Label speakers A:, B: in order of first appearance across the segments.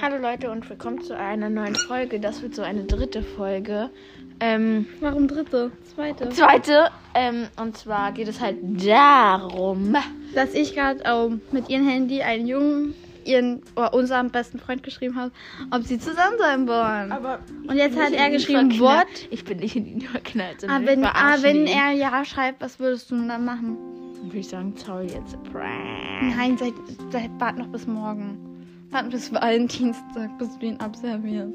A: Hallo Leute und willkommen zu einer neuen Folge. Das wird so eine dritte Folge. Ähm,
B: Warum um dritte? Zweite.
A: zweite. Ähm, und zwar geht es halt darum.
B: Dass ich gerade ähm, mit ihrem Handy einen Jungen, ihren oder unserem besten Freund geschrieben habe, ob sie zusammen sein wollen. Und jetzt hat er geschrieben, what?
A: Ich bin nicht in ne? ihn verknallt.
B: Aber wenn, ah, wenn er ja schreibt, was würdest du denn dann machen?
A: Dann würde ich sagen, sorry, jetzt.
B: Nein, seid, seid, wart noch bis morgen. Wart bis Valentinstag, bis du ihn abservierst.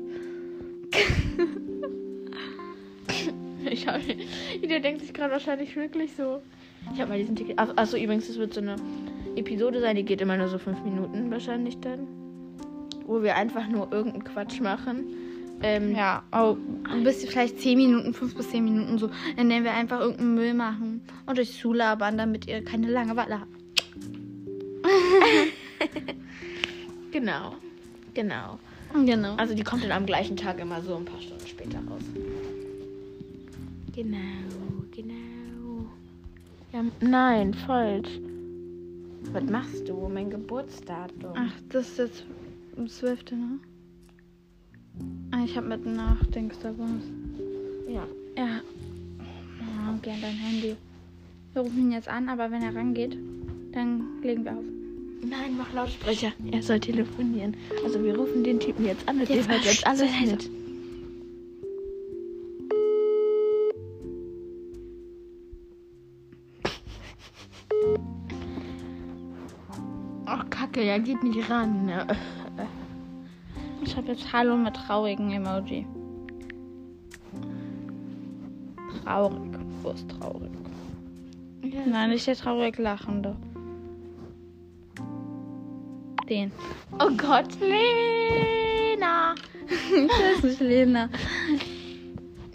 A: Ich hab, jeder denkt sich gerade wahrscheinlich wirklich so. Ich habe mal diesen Ticket. Ach, achso, übrigens, es wird so eine Episode sein, die geht immer nur so fünf Minuten wahrscheinlich dann. Wo wir einfach nur irgendeinen Quatsch machen. Ähm,
B: Ja, oh, bis vielleicht 10 Minuten, 5 bis 10 Minuten so, indem wir einfach irgendeinen Müll machen und euch zulabern, damit ihr keine Langeweile habt.
A: Genau. Genau.
B: Genau.
A: Also die kommt dann am gleichen Tag immer so ein paar Stunden später raus. Genau, genau. Ja, nein, falsch. Was machst du? Mein Geburtsdatum.
B: Ach, das ist jetzt um 12. ne? Ah, ich habe mit Nachdings da was.
A: Ja.
B: Ja. Oh, gern dein Handy. Wir rufen ihn jetzt an, aber wenn er rangeht, dann legen wir auf.
A: Nein, mach Lautsprecher. Er soll telefonieren. Also wir rufen den Typen jetzt an und
B: Jetzt
A: dem hört
B: mach-
A: jetzt alles
B: sei leise.
A: mit. Ach, Kacke, er geht nicht ran. Ne?
B: Ich habe jetzt Hallo mit traurigen Emoji. Traurig. Wo ist traurig? Nein, nicht der traurig lachende. Den.
A: Oh Gott, Lena.
B: das ist Lena.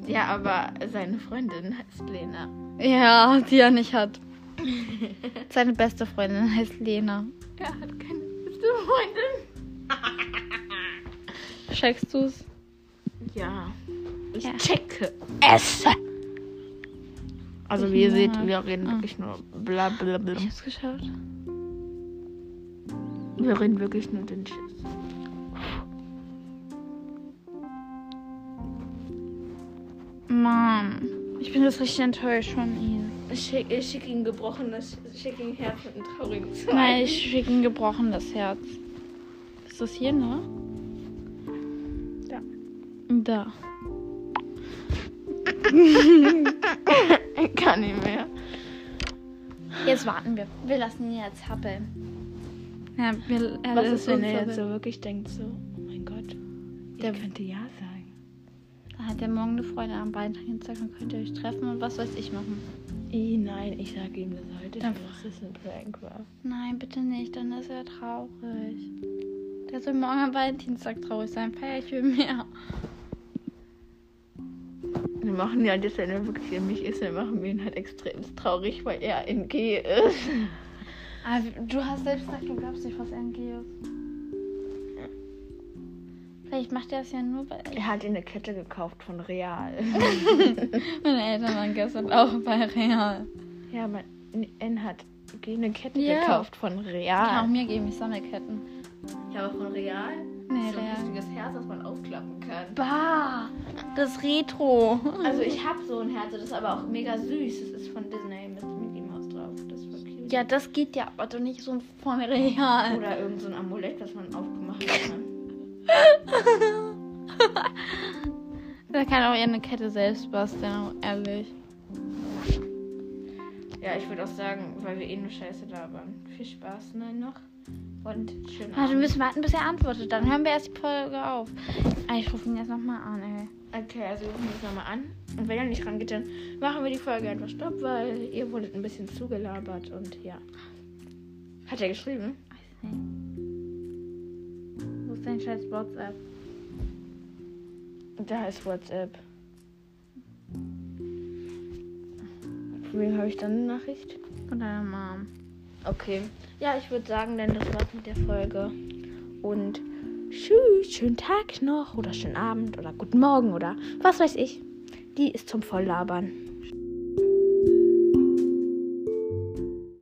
A: Ja, aber seine Freundin heißt Lena.
B: Ja, die er nicht hat. Seine beste Freundin heißt Lena.
A: Er hat keine beste Freundin.
B: Checkst du's?
A: Ja. Ich
B: Ja.
A: checke es. Also wie ihr
B: Ich
A: seht,
B: mag-
A: wir reden
B: Ah.
A: wirklich nur bla bla bla.
B: Ich hab's geschafft.
A: Wir reden wirklich nur den Schiss.
B: Mann, ich bin jetzt richtig enttäuscht von ihm.
A: Ich schicke schick ihm gebrochenes, schick ihm Herz mit einem traurigen Zeichen.
B: Nein, ich schicke ein gebrochenes Herz. Ist das hier, ne?
A: Da.
B: Da.
A: ich kann nicht mehr.
B: Jetzt warten wir. Wir lassen ihn jetzt happeln. Ja, wir, er
A: Was ist, wenn
B: uns
A: er jetzt
B: happeln.
A: so wirklich denkt, so, oh mein Gott, der
B: Der-
A: könnte ja sagen.
B: Dann hat er morgen eine Freundin am Valentinstag, dann könnt ihr euch treffen und was weiß ich machen.
A: Ih, nein, ich sage ihm das heute,
B: Dann-
A: schon, dass es ein Prank war.
B: Nein, bitte nicht, dann ist er traurig. Der soll morgen am Valentinstag traurig sein. Feier ich will mehr.
A: Wir machen ja das, wenn er wirklich in mich ist, dann machen wir ihn halt extrem traurig, weil er in G ist.
B: Aber Ah, du hast selbst gesagt, du glaubst nicht, was NG ist. Vielleicht macht er es ja nur, weil
A: Er hat ihn eine Kette gekauft von Real.
B: meine Eltern waren gestern auch bei Real.
A: ja, mein N hat G eine Kette
B: Ja.
A: gekauft von Real.
B: Kann auch mir geben, ich sammle Ketten.
A: Ja, aber von Real?
B: Nee,
A: so ein
B: Real.
A: richtiges Herz, das man aufklappen kann.
B: Bah, das ist Retro.
A: Also ich habe so ein Herz, das ist aber auch mega süß. Das ist von Disney mit Mickey Mouse drauf. Das ist voll cute.
B: Ja, das geht ja, aber doch nicht so von Real.
A: Oder irgend so ein Amulett, das man aufgemacht ne? kann.
B: Da kann auch eher eine Kette selbst basteln, ehrlich.
A: Ja, ich würde auch sagen, weil wir eh nur Scheiße labern. Viel Spaß, nein, noch. Und schönen
B: Warte, wir
A: Abend.
B: müssen warten, bis er antwortet. Dann hören wir erst die Folge auf. Ah, ich rufe ihn jetzt nochmal an, ey.
A: Okay, also wir rufen das nochmal an. Und wenn er nicht rangeht, dann machen wir die Folge einfach stopp, weil ihr wurdet ein bisschen zugelabert und ja. Hat er geschrieben?
B: Weiß nicht. Wo ist dein scheiß WhatsApp?
A: Da ist WhatsApp. Von wem habe ich dann eine Nachricht?
B: Von deiner Mom.
A: Okay. Ja, ich würde sagen, denn das war's mit der Folge. Und tschüss, schönen Tag noch oder schönen Abend oder guten Morgen oder was weiß ich. Die ist zum Volllabern.